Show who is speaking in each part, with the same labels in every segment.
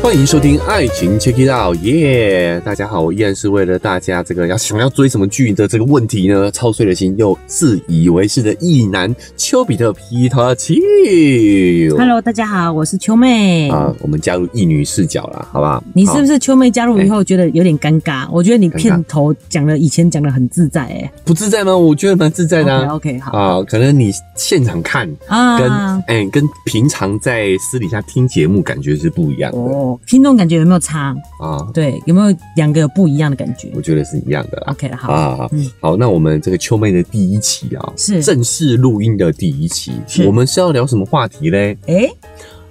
Speaker 1: 欢迎收听《爱情 Check It Out》，耶！大家好，我依然是为了大家这个要想要追什么剧的这个问题呢，操碎了心又自以为是的意男丘比特 Peter Q。
Speaker 2: Hello，大家好，我是秋妹。
Speaker 1: 啊，我们加入一女视角啦，好不好？
Speaker 2: 你是不
Speaker 1: 好哎
Speaker 2: 是秋妹加入以后觉得有点尴尬？我觉得你片头讲的以前讲的很自在哎、
Speaker 1: 不自在吗？我觉得蛮自在的
Speaker 2: OK
Speaker 1: 啊。
Speaker 2: OK 好
Speaker 1: 啊，可能你现场看跟
Speaker 2: 啊。
Speaker 1: 哎、跟平常在私底下听节目感觉是不一样的、
Speaker 2: 哦，听众感觉有没有差？
Speaker 1: 啊，
Speaker 2: 对，有没有两个有不一样的感觉
Speaker 1: 我觉得是一样的啦。
Speaker 2: ？OK 了，好，
Speaker 1: 啊，
Speaker 2: 嗯
Speaker 1: 好，那我们这个秋妹的第一期啊，
Speaker 2: 是
Speaker 1: 正式录音的第一期，
Speaker 2: 嗯是
Speaker 1: 我们是要聊什么话题嘞？
Speaker 2: 哎、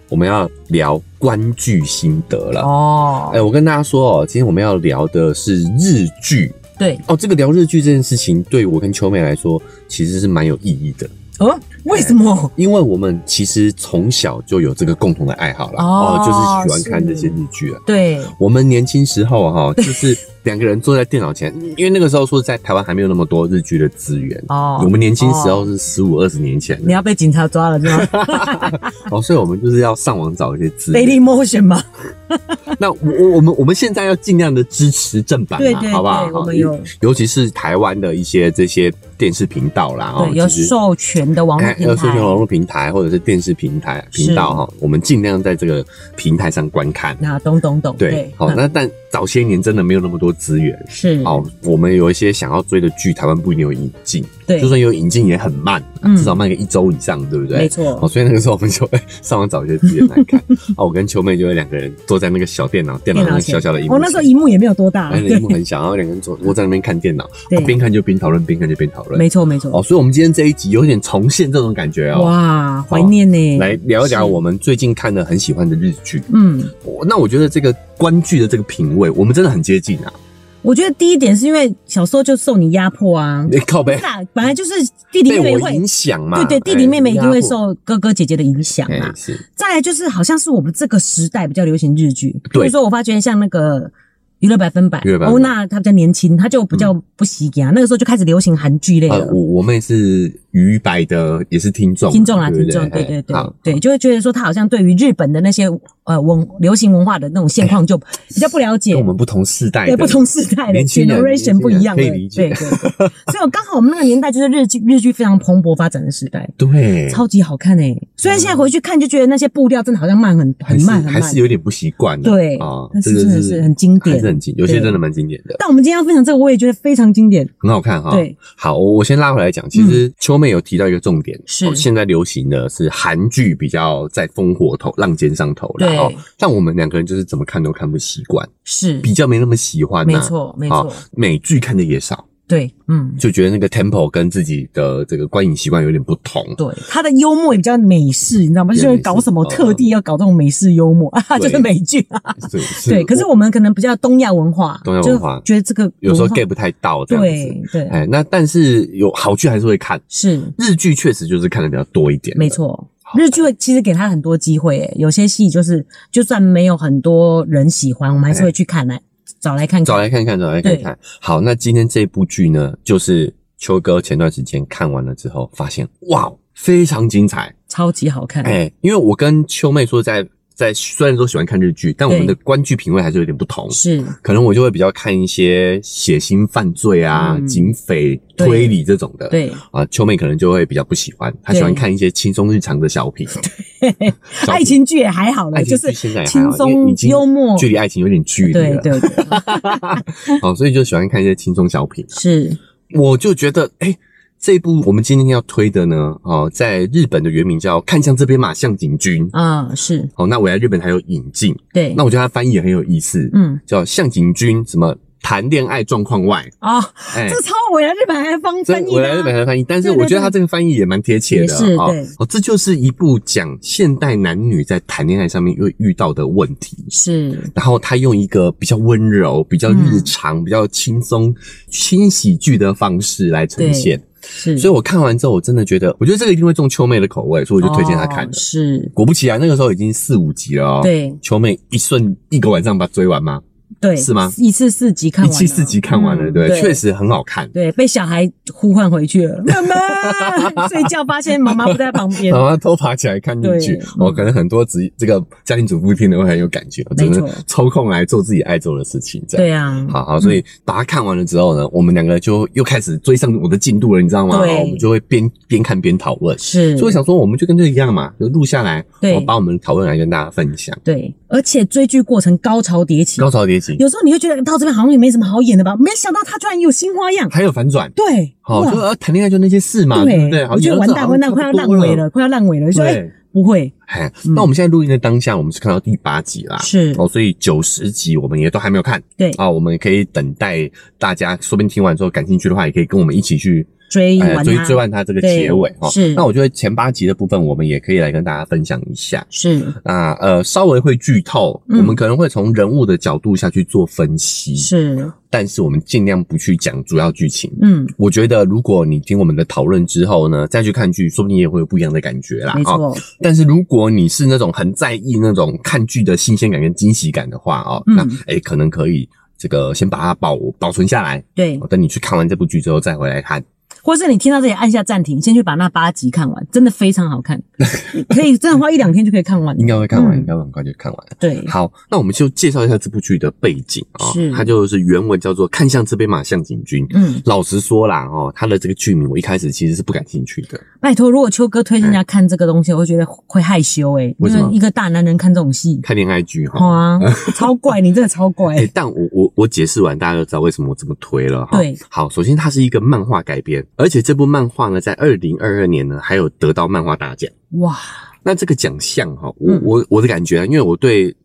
Speaker 1: 我们要聊观剧心得了。
Speaker 2: 哦
Speaker 1: 哎、，我跟大家说哦，今天我们要聊的是日剧
Speaker 2: 对，
Speaker 1: 哦。这个聊日剧这件事情，对我跟秋妹来说，其实是蛮有意义的，
Speaker 2: 哦，为什么？
Speaker 1: 因为我们其实从小就有这个共同的爱好啦，
Speaker 2: 哦
Speaker 1: 就是喜欢看
Speaker 2: 是
Speaker 1: 这些日剧啊。
Speaker 2: 对，
Speaker 1: 我们年轻时候啊哈、就是两个人坐在电脑前，嗯因为那个时候说实在台湾还没有那么多日剧的资源。
Speaker 2: 哦
Speaker 1: 我，们年轻时候是十五二十年前
Speaker 2: 你
Speaker 1: 的，
Speaker 2: 要被警察抓了是 吗
Speaker 1: 哦，所以我们就是要上网找一些资
Speaker 2: ？Daily
Speaker 1: 源。
Speaker 2: Motion 吗？
Speaker 1: 那我我我们我们现在要尽量的支持正版
Speaker 2: 对
Speaker 1: 啦，
Speaker 2: 对
Speaker 1: 好不好？
Speaker 2: 对我们
Speaker 1: 尤
Speaker 2: 有
Speaker 1: 尤其是台湾的一些这些电视频道啦，哦
Speaker 2: 对，，有
Speaker 1: 其实
Speaker 2: 授权的网络
Speaker 1: 哎
Speaker 2: 平
Speaker 1: 有授
Speaker 2: 台
Speaker 1: 权。网络平台或者是电视平台
Speaker 2: 是
Speaker 1: 频道哈，我们尽量在这个平台上观看。
Speaker 2: 那懂懂懂，
Speaker 1: 对，好，那但早些年真的没有那么多资源，
Speaker 2: 是
Speaker 1: 好，我们有一些想要追的剧，台湾不一定有引进，
Speaker 2: 对
Speaker 1: 就，算有引进也很慢，
Speaker 2: 嗯
Speaker 1: 至少慢个一周以上，对不对？
Speaker 2: 没
Speaker 1: 哦，
Speaker 2: 错，
Speaker 1: 所以那个时候我们就会上网找一些资源来 看。啊，我跟秋妹就会两个人坐在那个小电脑，电脑上小小的荧幕
Speaker 2: 我
Speaker 1: 前，
Speaker 2: 哦那时候荧幕也没有多大，
Speaker 1: 哎，那
Speaker 2: 对
Speaker 1: 荧幕很小，然后两个人坐窝在那边看电脑，啊
Speaker 2: 对，
Speaker 1: 边看就边讨论，边看就边讨论。
Speaker 2: 没错没错
Speaker 1: 哦，。所以我们今天这一集有点重现这种感觉哦。
Speaker 2: 哇，怀念呢！
Speaker 1: 来聊一聊
Speaker 2: 是
Speaker 1: 我们最近看的很喜欢的日剧。
Speaker 2: 嗯，
Speaker 1: 我那我觉得这个观剧的这个品味，我们真的很接近啊。
Speaker 2: 我觉得第一点是因为小时候就受你压迫啊，
Speaker 1: 哎靠背
Speaker 2: 是啊，本来就是弟弟
Speaker 1: 被
Speaker 2: 妹妹
Speaker 1: 我
Speaker 2: 会
Speaker 1: 影，响嘛？
Speaker 2: 对对，弟
Speaker 1: 哎
Speaker 2: 弟妹妹一定会。
Speaker 1: 压迫
Speaker 2: 受哥哥姐姐的影响
Speaker 1: 哎
Speaker 2: 嘛。
Speaker 1: 是
Speaker 2: 再来就是，好像是我们这个时代比较流行日剧，比
Speaker 1: 对
Speaker 2: 如说我发觉像那个。娱乐百分百
Speaker 1: 娱乐，百分百
Speaker 2: 欧娜她比较年轻，她就比较不喜感、啊。那个时候就开始流行韩剧类
Speaker 1: 呃，
Speaker 2: 了，
Speaker 1: 我我妹是鱼白的，也是听众嘛，
Speaker 2: 听众啦，
Speaker 1: 对
Speaker 2: 听
Speaker 1: 不
Speaker 2: 众，对
Speaker 1: 哎
Speaker 2: 对对
Speaker 1: 好
Speaker 2: 对，就会觉得说她好像对于日本的那些呃文流行文化的那种现况就比较不了解。
Speaker 1: 哎跟我们不同世代
Speaker 2: 对
Speaker 1: 的
Speaker 2: 不同世代的
Speaker 1: 年轻人
Speaker 2: generation 不一样的，
Speaker 1: 可以理解
Speaker 2: 对对 对。所以我刚好我们那个年代就是日剧日剧非常蓬勃发展的时代，
Speaker 1: 对，
Speaker 2: 超级好看哎、虽然现在回去看就觉得那些步调真的好像慢很
Speaker 1: 还
Speaker 2: 很
Speaker 1: 是
Speaker 2: 慢很
Speaker 1: 嗯还
Speaker 2: 慢
Speaker 1: 是，有点不习惯的，
Speaker 2: 对
Speaker 1: 啊，
Speaker 2: 但是
Speaker 1: 这个
Speaker 2: 真的是很经典
Speaker 1: 还是很经，有些
Speaker 2: 对
Speaker 1: 真的蛮经典的，
Speaker 2: 但我们今天要分享这个，我也觉得非常经典。
Speaker 1: 很好看哈。
Speaker 2: 对，嗯
Speaker 1: 好，我我先拉回来讲，其实秋妹有提到一个重点，
Speaker 2: 是
Speaker 1: 哦现在流行的是韩剧比较在烽火头浪尖上头了
Speaker 2: 对
Speaker 1: 哦，但我们两个人就是怎么看都看不习惯，
Speaker 2: 是，
Speaker 1: 比较没那么喜欢，
Speaker 2: 没，错没错
Speaker 1: 啊好，美剧看的也少。
Speaker 2: 对，嗯，
Speaker 1: 就觉得那个 tempo 跟自己的这个观影习惯有点不同。
Speaker 2: 对，他的幽默也比较美式，你知道吗？
Speaker 1: 也
Speaker 2: 就
Speaker 1: 美
Speaker 2: 是
Speaker 1: 式哦
Speaker 2: 搞什么特地要搞这种美式幽默 啊，
Speaker 1: 对
Speaker 2: 就是美剧啊。
Speaker 1: 对，是
Speaker 2: 对，可是
Speaker 1: 我
Speaker 2: 我们可能比较东亚文化，
Speaker 1: 东亚文化
Speaker 2: 就觉得这个
Speaker 1: 有时候
Speaker 2: 文化
Speaker 1: get 不太到这样子。
Speaker 2: 对对
Speaker 1: 哎，那但是有好剧还是会看，
Speaker 2: 是。
Speaker 1: 日剧确实就是看的比较多一点。
Speaker 2: 没，错，日剧会其实给他很多机会、诶，有些戏就是就算没有很多人喜欢，我们还是会去看来、找来看看。
Speaker 1: 哎找来看看，找来看看。好，那今天这部剧呢，就是秋哥前段时间看完了之后，发现哇，非常精彩。
Speaker 2: 超级好看。
Speaker 1: 哎，因为我跟秋妹说在。在虽然说喜欢看日剧，但我们的
Speaker 2: 对
Speaker 1: 观剧品味还是有点不同。
Speaker 2: 是
Speaker 1: 可能我就会比较看一些血腥犯罪啊、
Speaker 2: 嗯
Speaker 1: 警匪
Speaker 2: 对
Speaker 1: 推理这种的。
Speaker 2: 对，
Speaker 1: 啊，秋妹可能就会比较不喜欢，她
Speaker 2: 对
Speaker 1: 喜欢看一些轻松日常的小品，小品
Speaker 2: 爱情剧也还好
Speaker 1: 爱情
Speaker 2: 了，哎就
Speaker 1: 剧
Speaker 2: 是
Speaker 1: 现在也还
Speaker 2: 轻
Speaker 1: 好因为
Speaker 2: 松
Speaker 1: 已经
Speaker 2: 幽默。
Speaker 1: 距离爱情有点距离
Speaker 2: 对
Speaker 1: 了，
Speaker 2: 对对，
Speaker 1: 好，所以就喜欢看一些轻松小品。
Speaker 2: 是
Speaker 1: 我就觉得，哎、这部我们今天要推的呢，哦，在日本的原名叫《看向这边嘛，向井君》。
Speaker 2: 啊、是
Speaker 1: 哦，那我在日本还有引进，
Speaker 2: 对。
Speaker 1: 那我觉得它翻译也很有意思，
Speaker 2: 嗯
Speaker 1: 叫向井君什么谈恋爱状况外，
Speaker 2: 啊、
Speaker 1: 哎、
Speaker 2: 这个超我来日本还翻
Speaker 1: 这
Speaker 2: 翻译
Speaker 1: 我
Speaker 2: 的、
Speaker 1: 来日本
Speaker 2: 啊，
Speaker 1: 来翻译，但是
Speaker 2: 对对
Speaker 1: 我觉得他这个翻译也蛮贴切的
Speaker 2: 也是
Speaker 1: 哦
Speaker 2: 对
Speaker 1: 哦，这就是一部讲现代男女在谈恋爱上面会遇到的问题。
Speaker 2: 是
Speaker 1: 然后他用一个比较温柔、比较日
Speaker 2: 嗯
Speaker 1: 常、比较轻松、轻喜剧的方式来呈现，
Speaker 2: 是，
Speaker 1: 所以我看完之后，我真的觉得，我觉得这个一定会中秋妹的口味，所以我就推荐她看
Speaker 2: 哦
Speaker 1: 了。
Speaker 2: 是，
Speaker 1: 果不其然，那个时候已经四五集了哦。，
Speaker 2: 对，
Speaker 1: 秋妹一瞬一个晚上把它追完吗？
Speaker 2: 对，
Speaker 1: 是吗
Speaker 2: 一次四集看
Speaker 1: 一
Speaker 2: 完了，
Speaker 1: 期四集看完了，
Speaker 2: 嗯
Speaker 1: 对，确，实很好看。
Speaker 2: 对，被小孩呼唤回 去了，妈妈，睡觉发现妈妈不在旁边
Speaker 1: 然，后偷爬起来看日剧
Speaker 2: 对，
Speaker 1: 我、
Speaker 2: 嗯
Speaker 1: 可能很多职这个家庭主妇听了会很有感觉，只
Speaker 2: 没错
Speaker 1: 能抽空来做自己爱做的事情，这样。
Speaker 2: 对啊，
Speaker 1: 好好，所以把它看完了之后呢，我们两个就又开始追上我的进度了，你知道吗？
Speaker 2: 对
Speaker 1: 哦我们就会边边看边讨论。
Speaker 2: 是，
Speaker 1: 所以我想说，我们就跟这个一样嘛，就录下来，
Speaker 2: 对
Speaker 1: 我把我们的讨论来跟大家分享。
Speaker 2: 对，而且追剧过程高潮迭起
Speaker 1: 高，潮迭起，
Speaker 2: 有时候你会觉得到这边好像也没什么好演的吧，没想到他居然有新花样，
Speaker 1: 还有反转，
Speaker 2: 对，
Speaker 1: 好，
Speaker 2: 哇
Speaker 1: 就呃谈恋爱就那些事嘛，对不对？好
Speaker 2: 我觉得
Speaker 1: 像
Speaker 2: 完
Speaker 1: 这
Speaker 2: 蛋
Speaker 1: 好
Speaker 2: 完
Speaker 1: 像
Speaker 2: 蛋，快要
Speaker 1: 差
Speaker 2: 烂
Speaker 1: 不多
Speaker 2: 尾了，。快要烂尾了，就哎、
Speaker 1: 对，
Speaker 2: 不会，
Speaker 1: 哎，那我们现在录音的当下，我们是看到第八集啦，
Speaker 2: 是
Speaker 1: 哦，所以九十集我们也都还没有看
Speaker 2: 对，
Speaker 1: 啊，我们可以等待大家，说不定听完之后感兴趣的话，也可以跟我们一起去
Speaker 2: 追
Speaker 1: 哎
Speaker 2: 完
Speaker 1: 追
Speaker 2: 它
Speaker 1: 追完它这个结尾哈。
Speaker 2: 啊对是
Speaker 1: 那我觉得前八集的部分，我们也可以来跟大家分享一下。
Speaker 2: 是
Speaker 1: 那呃，稍微会剧透，
Speaker 2: 嗯
Speaker 1: 我们可能会从人物的角度下去做分析，
Speaker 2: 是，
Speaker 1: 但是我们尽量不去讲主要剧情。
Speaker 2: 嗯，
Speaker 1: 我觉得，如果你听我们的讨论之后呢，再去看剧，说不定也会有不一样的感觉啦。
Speaker 2: 没
Speaker 1: 哦
Speaker 2: 错，
Speaker 1: 但是如果你是那种很在意那种看剧的新鲜感跟惊喜感的话哦，
Speaker 2: 嗯
Speaker 1: 那哎、诶可能可以这个先把它保保存下来，
Speaker 2: 对
Speaker 1: 哦，等你去看完这部剧之后再回来看。
Speaker 2: 或是你听到这里按下暂停，先去把那八集看完，真的非常 好看，可以真的花一两天就可以看完。
Speaker 1: 应该会看完，
Speaker 2: 嗯
Speaker 1: 应该会很快就看完了。
Speaker 2: 对，
Speaker 1: 好，那我们就介绍一下这部剧的背景啊、
Speaker 2: 是
Speaker 1: 它就是原文叫做《看向这边马向井君》。
Speaker 2: 嗯，
Speaker 1: 老实说啦，哦，它的这个剧名我一开始其实是不感兴趣的，
Speaker 2: 拜托，如果秋哥推荐人家看这个东西，我会觉得会害羞诶、
Speaker 1: 嗯为
Speaker 2: 因
Speaker 1: 什么哦
Speaker 2: 为一个大男人看这种戏，
Speaker 1: 看恋爱剧
Speaker 2: 好
Speaker 1: 哈。
Speaker 2: 啊，超怪，你真的超怪
Speaker 1: 哎、，但我我我解释完，大家就知道为什么我这么推了哈。
Speaker 2: 对，
Speaker 1: 好，首先它是一个漫画改编，而且这部漫画呢，在二零二二年呢，还有得到漫画大奖。
Speaker 2: 哇，
Speaker 1: 那这个奖项哈，我
Speaker 2: 嗯
Speaker 1: 我我的感觉啊，因为我对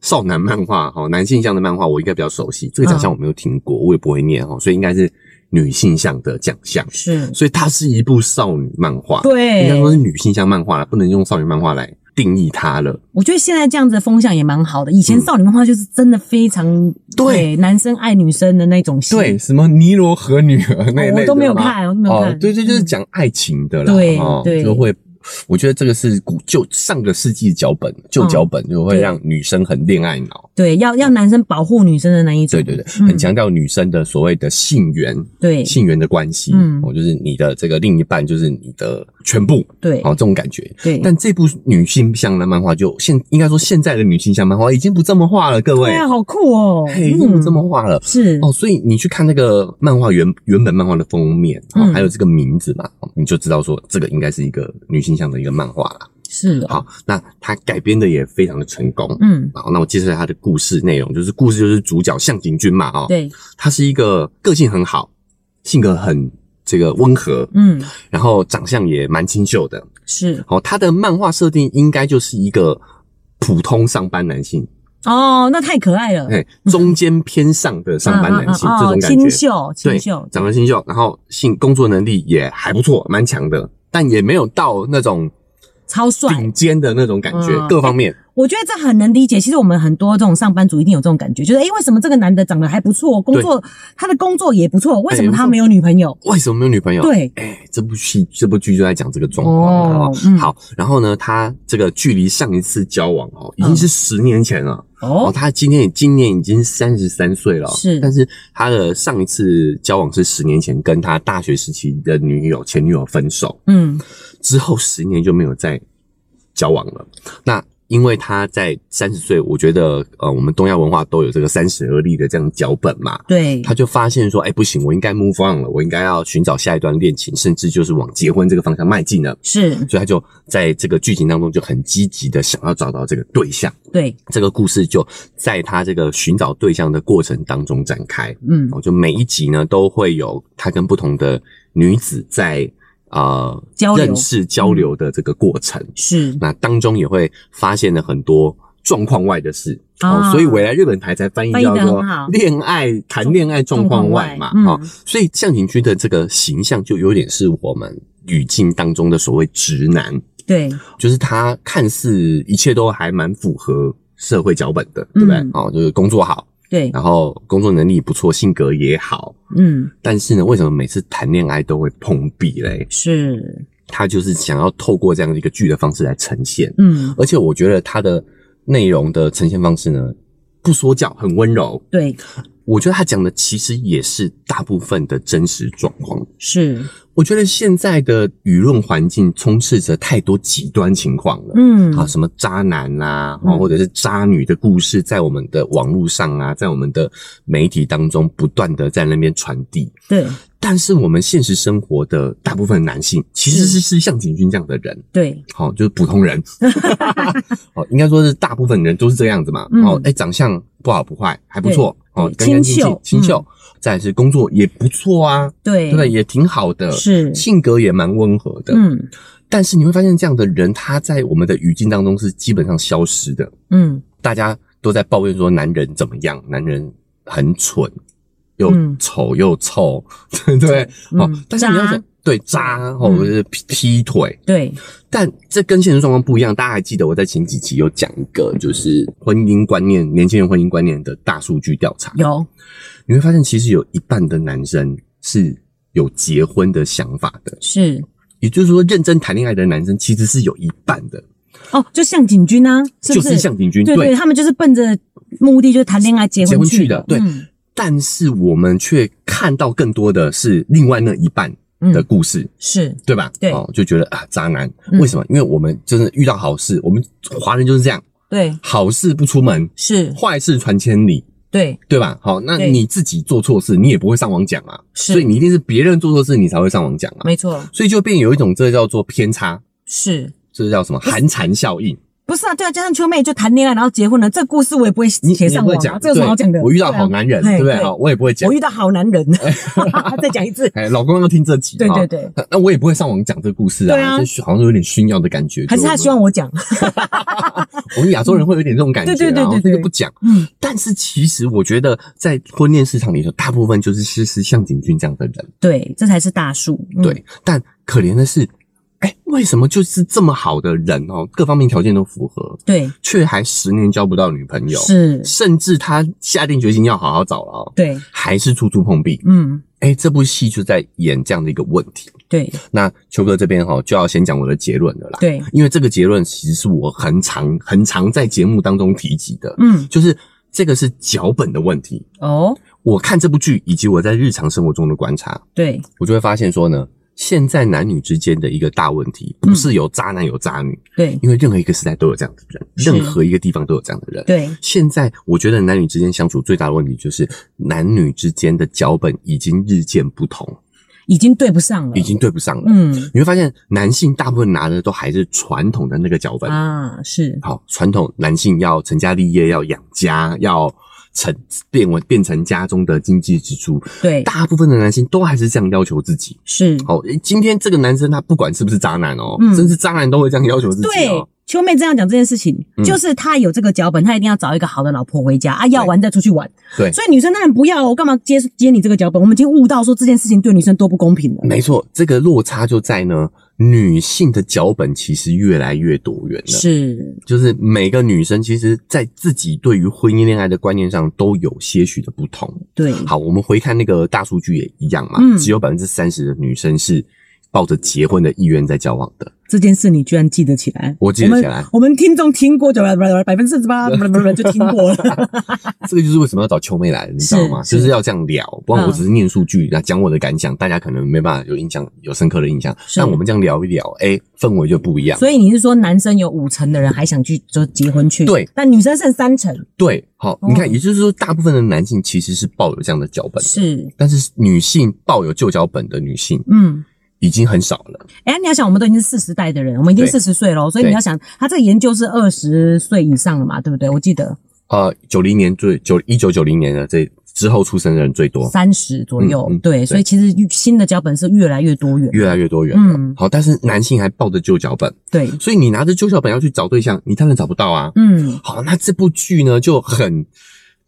Speaker 1: 少男漫画哈、男性向的漫画我应该比较熟悉，这个奖项
Speaker 2: 嗯
Speaker 1: 我没有听过，我也不会念哈，所以应该是女性向的奖项，
Speaker 2: 是，
Speaker 1: 所以它是一部少女漫画，，应
Speaker 2: 对
Speaker 1: 该，说是女性向漫画了，不能用少女漫画来定义它了。
Speaker 2: 我觉得现在这样子的风向也蛮好的。以前
Speaker 1: 嗯
Speaker 2: 少女漫画就是真的非常
Speaker 1: 对
Speaker 2: 男生爱女生的那种戏，
Speaker 1: 对，什么尼罗河女儿那一类的吗
Speaker 2: 哦我都没有看，我都没有
Speaker 1: 哦
Speaker 2: 看，，
Speaker 1: 对对，就是
Speaker 2: 嗯
Speaker 1: 讲爱情的啦，
Speaker 2: 对
Speaker 1: 哦、
Speaker 2: 对
Speaker 1: 就会。我觉得这个是古旧上个世纪脚本
Speaker 2: 嗯
Speaker 1: 旧脚本，就会
Speaker 2: 对
Speaker 1: 让女生很恋爱脑。
Speaker 2: 对，要要男生保护女生的那一种，
Speaker 1: 对对对，
Speaker 2: 嗯
Speaker 1: 很强调女生的所谓的性缘、
Speaker 2: 对
Speaker 1: 性缘的关系，
Speaker 2: 嗯
Speaker 1: 哦，就是你的这个另一半就是你的全部，
Speaker 2: 对
Speaker 1: 哦，这种感觉。
Speaker 2: 对，
Speaker 1: 但这部女性向的漫画就现应该说现在的女性向漫画已经不这么画了，各位
Speaker 2: 对，啊，嗯好酷哦，
Speaker 1: 嘿，已经不这么画了。
Speaker 2: 是
Speaker 1: 哦，所以你去看那个漫画原原本漫画的封面，哦，
Speaker 2: 嗯
Speaker 1: 还有这个名字嘛，哦你就知道说这个应该是一个女性向的一个漫画啦。
Speaker 2: 是哦，
Speaker 1: 好，那它改编的也非常的成功。
Speaker 2: 嗯，
Speaker 1: 好，那我介绍一下它的故事内容，就是故事就是主角向井君嘛，哦，
Speaker 2: 对，
Speaker 1: 他是一个个性很好，性格很这个温和，
Speaker 2: 嗯，
Speaker 1: 然后长相也蛮清秀的。
Speaker 2: 是
Speaker 1: 好、他的漫画设定应该就是一个普通上班男性，
Speaker 2: 哦，那太可爱了，
Speaker 1: 哎、中间偏上的上班男性、
Speaker 2: 啊啊啊
Speaker 1: 这种
Speaker 2: 哦
Speaker 1: 感觉
Speaker 2: 清。秀，
Speaker 1: 对
Speaker 2: 清秀，，
Speaker 1: 长得清秀，然后性工作能力也还不错，蛮强的，但也没有到那种
Speaker 2: 超帅。
Speaker 1: 顶尖的那种感觉，
Speaker 2: 嗯
Speaker 1: 各方面。
Speaker 2: 我觉得这很能理解。其实我们很多这种上班族一定有这种感觉，就是哎，诶为什么这个男的长得还不错，工作他的工作也不错，为什么他没有女朋友？
Speaker 1: 为什么没有女朋友？
Speaker 2: 对，
Speaker 1: 哎、这部戏这部剧就在讲这个状况了、
Speaker 2: 哦嗯
Speaker 1: 好，然后呢，他这个距离上一次交往哦，已经是十年前了。哦，
Speaker 2: 嗯哦，
Speaker 1: 他今天今年已经三十三岁了。
Speaker 2: 是
Speaker 1: 但是他的上一次交往是十年前，跟他大学时期的女友前女友分手
Speaker 2: 嗯，
Speaker 1: 之后，十年就没有再交往了。那因为他在三十岁，我觉得呃，我们东亚文化都有这个三十而立的这样脚本嘛。
Speaker 2: 对，
Speaker 1: 他就发现说，哎、不行，我应该 move on 了，我应该要寻找下一段恋情，甚至就是往结婚这个方向迈进了。
Speaker 2: 是，
Speaker 1: 所以他就在这个剧情当中就很积极的想要找到这个对象。
Speaker 2: 对，
Speaker 1: 这个故事就在他这个寻找对象的过程当中展开。
Speaker 2: 嗯，
Speaker 1: 哦，就每一集呢都会有他跟不同的女子在呃
Speaker 2: 交流
Speaker 1: 认识交流的这个过程。
Speaker 2: 是，
Speaker 1: 那当中也会发现了很多状况外的事。哦，
Speaker 2: 啊
Speaker 1: 所以未来日本台才翻译
Speaker 2: 翻译
Speaker 1: 叫
Speaker 2: 得
Speaker 1: 做
Speaker 2: 很好
Speaker 1: “恋爱谈恋爱状况外”嘛，
Speaker 2: 状
Speaker 1: 哦
Speaker 2: 况外，嗯
Speaker 1: 所以向井君的这个形象就有点是我们语境当中的所谓直男，
Speaker 2: 对，
Speaker 1: 就是他看似一切都还蛮符合社会脚本的，对不对
Speaker 2: 嗯？
Speaker 1: 哦，就是工作好，
Speaker 2: 对，
Speaker 1: 然后工作能力不错，性格也好，
Speaker 2: 嗯，
Speaker 1: 但是呢，为什么每次谈恋爱都会碰壁嘞？
Speaker 2: 是，
Speaker 1: 他就是想要透过这样的一个剧的方式来呈现，
Speaker 2: 嗯，
Speaker 1: 而且我觉得它的内容的呈现方式呢，不说教，很温柔。
Speaker 2: 对，
Speaker 1: 我觉得他讲的其实也是大部分的真实状况。
Speaker 2: 是，
Speaker 1: 我觉得现在的舆论环境充斥着太多极端情况了。
Speaker 2: 嗯，
Speaker 1: 啊，什么渣男啊，
Speaker 2: 嗯
Speaker 1: 哦或者是渣女的故事，在我们的网络上啊，在我们的媒体当中不断的在那边传递。
Speaker 2: 对
Speaker 1: 但是我们现实生活的大部分男性其实
Speaker 2: 嗯
Speaker 1: 是是像景君这样的人，
Speaker 2: 对，
Speaker 1: 好、就是普通 人，哦，应该说是大部分人都是这样子嘛，
Speaker 2: 嗯
Speaker 1: 哦，哎、长相不好不坏，还不错，
Speaker 2: 对
Speaker 1: 哦，
Speaker 2: 对
Speaker 1: 干干净
Speaker 2: 清
Speaker 1: 净
Speaker 2: 秀，嗯
Speaker 1: 清秀，再来是工作也不错啊，
Speaker 2: 对，
Speaker 1: 对不对？也挺好的，
Speaker 2: 是
Speaker 1: 性格也蛮温和的，
Speaker 2: 嗯
Speaker 1: 但是你会发现这样的人，他在我们的语境当中是基本上消失的，
Speaker 2: 嗯，
Speaker 1: 大家都在抱怨说男人怎么样，男人很蠢，又
Speaker 2: 嗯
Speaker 1: 丑又臭， 对不对？
Speaker 2: 嗯
Speaker 1: 哦，但是你要
Speaker 2: 渣
Speaker 1: 想，对渣哦
Speaker 2: 嗯，
Speaker 1: 就是劈劈腿，
Speaker 2: 对，
Speaker 1: 但这跟现实状况不一样。大家还记得我在前几集有讲一个，就是婚姻观念，年轻人婚姻观念的大数据调查，
Speaker 2: 有
Speaker 1: 你会发现其实有一半的男生是有结婚的想法的，
Speaker 2: 是
Speaker 1: 也就是说，认真谈恋爱的男生其实是有一半的，
Speaker 2: 哦，就像景军啊，是不
Speaker 1: 就是向景君
Speaker 2: 对对，他们就是奔着目的就是谈恋爱、结
Speaker 1: 结婚去
Speaker 2: 去
Speaker 1: 的，对。
Speaker 2: 嗯
Speaker 1: 但是我们却看到更多的是另外那一半的
Speaker 2: 嗯，
Speaker 1: 故事，
Speaker 2: 是
Speaker 1: 对吧？
Speaker 2: 对
Speaker 1: 哦，就觉得啊，渣男
Speaker 2: 嗯
Speaker 1: 为什么？因为我们真的遇到好事，我们华人就是这样，
Speaker 2: 对
Speaker 1: 好事不出门，
Speaker 2: 是，
Speaker 1: 坏事传千里，
Speaker 2: 对
Speaker 1: 对吧？好，那
Speaker 2: 对
Speaker 1: 你自己做错事，你也不会上网讲啊，
Speaker 2: 是，
Speaker 1: 所以你一定是别人做错事，你才会上网讲啊，
Speaker 2: 没错
Speaker 1: 所以就变有一种这叫做偏差，
Speaker 2: 是。
Speaker 1: 这叫什么寒蝉效应。
Speaker 2: 不是啊，对啊，加上秋妹就谈恋爱，然后结婚了，这故事我也不会
Speaker 1: 你
Speaker 2: 写
Speaker 1: 你
Speaker 2: 上
Speaker 1: 不会
Speaker 2: 网
Speaker 1: 讲
Speaker 2: 啊，，这有什么
Speaker 1: 对
Speaker 2: 好讲的？
Speaker 1: 我遇到
Speaker 2: 对啊
Speaker 1: 好男人，
Speaker 2: 嘿
Speaker 1: 对不对？
Speaker 2: 对
Speaker 1: 好，我也不会讲
Speaker 2: 我。遇到好男人， 再讲 一次，
Speaker 1: 哎，老公要听这集，
Speaker 2: 对
Speaker 1: 哈
Speaker 2: 对对，
Speaker 1: 那那我也不会上网讲这个故事
Speaker 2: 对
Speaker 1: 啊，
Speaker 2: 啊
Speaker 1: 就是好像有点炫耀的感觉。
Speaker 2: 还是他
Speaker 1: 就
Speaker 2: 希望我讲？
Speaker 1: 我们亚洲人会有点这种感觉啊，
Speaker 2: 对对对对
Speaker 1: 然后就
Speaker 2: 对
Speaker 1: 不讲。
Speaker 2: 嗯，
Speaker 1: 但是其实我觉得，在婚恋市场里头，大部分就是是是像景君这样的人，
Speaker 2: 对，这才是大树。嗯
Speaker 1: 对。但可怜的是，哎，为什么就是这么好的人哦，各方面条件都符合，
Speaker 2: 对，
Speaker 1: 却还十年交不到女朋友，
Speaker 2: 是，
Speaker 1: 甚至他下定决心要好好找了哦，
Speaker 2: 对，
Speaker 1: 还是处处碰壁。
Speaker 2: 嗯，
Speaker 1: 哎，这部戏就在演这样的一个问题。
Speaker 2: 对
Speaker 1: 那秋哥这边哈、就要先讲我的结论了啦。
Speaker 2: 对，
Speaker 1: 因为这个结论其实是我很常很常在节目当中提及的，
Speaker 2: 嗯，
Speaker 1: 就是这个是脚本的问题。
Speaker 2: 哦，
Speaker 1: 我看这部剧以及我在日常生活中的观察，
Speaker 2: 对，
Speaker 1: 我就会发现说呢，现在男女之间的一个大问题，
Speaker 2: 嗯
Speaker 1: 不是有渣男有渣女，
Speaker 2: 对
Speaker 1: 因为任何一个时代都有这样的人，
Speaker 2: 是
Speaker 1: 任何一个地方都有这样的人。
Speaker 2: 对，
Speaker 1: 现在我觉得男女之间相处最大的问题就是男女之间的脚本已经日渐不同，
Speaker 2: 已经对不上了，
Speaker 1: 已，经对不上了。
Speaker 2: 嗯
Speaker 1: 你会发现男性大部分拿的都还是传统的那个脚本，
Speaker 2: 啊，是，
Speaker 1: 好，传统男性要成家立业，要养家，要成变为变成家中的经济支柱。
Speaker 2: 对，
Speaker 1: 大部分的男性都还是这样要求自己。
Speaker 2: 是，
Speaker 1: 好，哦诶今天这个男生他不管是不是渣男哦，
Speaker 2: 嗯
Speaker 1: 甚至渣男都会这样要求自己
Speaker 2: 对
Speaker 1: 哦。。
Speaker 2: 秋妹这样讲这件事情，
Speaker 1: 嗯
Speaker 2: 就是她有这个脚本，她一定要找一个好的老婆回家啊，要玩再出去玩。
Speaker 1: 对
Speaker 2: 所以女生当然不要，哦我干嘛接接你这个脚本？我们已经悟到说这件事情对女生多不公平了。
Speaker 1: 没错，这个落差就在呢，女性的脚本其实越来越多元了。
Speaker 2: 是，
Speaker 1: 就是每个女生，其实在自己对于婚姻恋爱的观念上都有些许的不同。
Speaker 2: 对，
Speaker 1: 好，我们回看那个大数据也一样嘛，
Speaker 2: 嗯
Speaker 1: 只有百分之三十的女生是抱着结婚的意愿在交往的。
Speaker 2: 这件事你居然记得起来？
Speaker 1: 我记得起来
Speaker 2: 我们我们听众听过九百百分之四十八，不不不就听过 了。
Speaker 1: 这个就是为什么要找秋妹来，你知道吗？
Speaker 2: 是
Speaker 1: 就是要这样聊，不然
Speaker 2: 嗯
Speaker 1: 我只是念数据，那讲我的感想，大家可能没办法有印象，有深刻的印象。
Speaker 2: 是
Speaker 1: 但我们这样聊一聊，哎，氛围就不一样。
Speaker 2: 所以你是说男生有五成的人还想去就结婚去？
Speaker 1: 对，
Speaker 2: 但女生剩三成。
Speaker 1: 对，好，
Speaker 2: 哦
Speaker 1: 你看，也就是说，大部分的男性其实是抱有这样的脚本，
Speaker 2: 是，
Speaker 1: 但是女性抱有旧脚本的女性
Speaker 2: 嗯，
Speaker 1: 已经很少了。
Speaker 2: 哎，你要想，我们都已经是四十代的人，我们已经
Speaker 1: 对
Speaker 2: 四十岁了，所以
Speaker 1: 对
Speaker 2: 你要想，他这个研究是二十岁以上了嘛，对不对？我记得
Speaker 1: 呃，九零年最九一九九零年的这之后出生的人最多，
Speaker 2: 三十左右，
Speaker 1: 嗯嗯
Speaker 2: 对，所以其实新的脚本是越来越多元，
Speaker 1: 越来越多元了。
Speaker 2: 嗯
Speaker 1: 好，但是男性还抱着旧脚本，
Speaker 2: 对，
Speaker 1: 所以你拿着旧脚本要去找对象，你当然找不到啊。
Speaker 2: 嗯，
Speaker 1: 好，那这部剧呢就很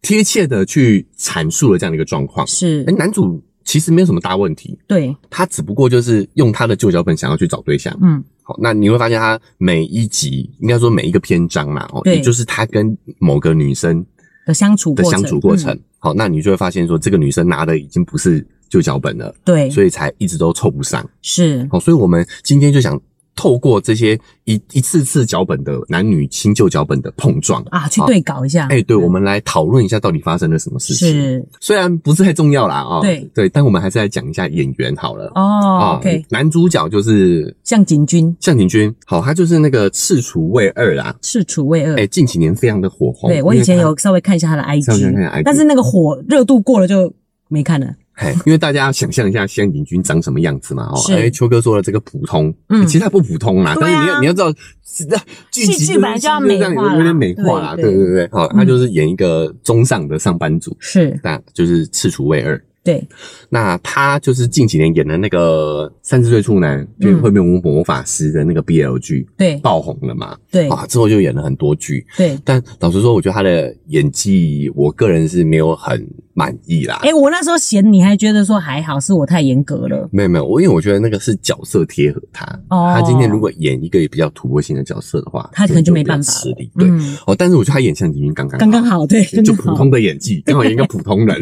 Speaker 1: 贴切的去阐述了这样的一个状况。
Speaker 2: 是
Speaker 1: 哎，，男主其实没有什么大问题，
Speaker 2: 对，
Speaker 1: 他只不过就是用他的旧脚本想要去找对象。
Speaker 2: 嗯，
Speaker 1: 好，那你会发现他每一集，应该说每一个篇章嘛，哦，
Speaker 2: 对
Speaker 1: 也就是他跟某个女生
Speaker 2: 的相处
Speaker 1: 的
Speaker 2: 过程，
Speaker 1: 相处过程。
Speaker 2: 嗯
Speaker 1: 好，那你就会发现说，这个女生拿的已经不是旧脚本了，
Speaker 2: 对，
Speaker 1: 所以才一直都凑不上。
Speaker 2: 是，
Speaker 1: 好，所以我们今天就想透过这些一一次次脚本的男女新旧脚本的碰撞，
Speaker 2: 啊，去对搞一下。
Speaker 1: 哎、对，我们来讨论一下到底发生了什么事情。
Speaker 2: 嗯是
Speaker 1: 虽然不是太重要啦啊、
Speaker 2: 对
Speaker 1: 对，但我们还是来讲一下演员好了。啊
Speaker 2: 哦，OK，
Speaker 1: 男主角就是
Speaker 2: 像景君
Speaker 1: 向井君，好，他就是那个《赤楚卫二》啦，
Speaker 2: 是楚卫二
Speaker 1: 哎、，近几年非常的火红。
Speaker 2: 对我
Speaker 1: 因为
Speaker 2: 以前
Speaker 1: 他
Speaker 2: 有稍微看一下他的
Speaker 1: 哦稍微看一下 IG
Speaker 2: IG，但是那个火热度过了就没看了。
Speaker 1: 嘿，因为大家想象一下乡井君长什么样子嘛，哦，
Speaker 2: 是
Speaker 1: 哎，秋哥说了这个普通，哎
Speaker 2: 嗯
Speaker 1: 其实他不普通啦，但
Speaker 2: 对啊
Speaker 1: 是你要你要知道，是那剧
Speaker 2: 戏
Speaker 1: 集
Speaker 2: 剧本来就要美化啦
Speaker 1: 有点美化啦，对
Speaker 2: 对
Speaker 1: 对对，好，他
Speaker 2: 嗯
Speaker 1: 就是演一个中上的上班族，
Speaker 2: 是
Speaker 1: 那就是赤楚卫二，
Speaker 2: 对，
Speaker 1: 那他就是近几年演的那个三十岁处男就是
Speaker 2: 嗯
Speaker 1: 会变魔魔法师的那个 BL 剧
Speaker 2: 对，
Speaker 1: 爆红了嘛，
Speaker 2: 对，
Speaker 1: 啊，之后就演了很多剧，
Speaker 2: 对。
Speaker 1: 但老实说，我觉得他的演技，我个人是没有很满意啦。
Speaker 2: 哎、我那时候嫌你还觉得说还好，是我太严格了。
Speaker 1: 没有没有，我因为我觉得那个是角色贴合他。
Speaker 2: 哦
Speaker 1: 他今天如果演一个比较突破性的角色的话，
Speaker 2: 他可能就没办法
Speaker 1: 有点
Speaker 2: 了
Speaker 1: 吃力。对，
Speaker 2: 嗯
Speaker 1: 哦，但是我觉得他演向已经刚刚
Speaker 2: 刚刚。好，对，
Speaker 1: 就
Speaker 2: 刚
Speaker 1: 普
Speaker 2: 刚
Speaker 1: 通的演 技，刚好演一个普通人，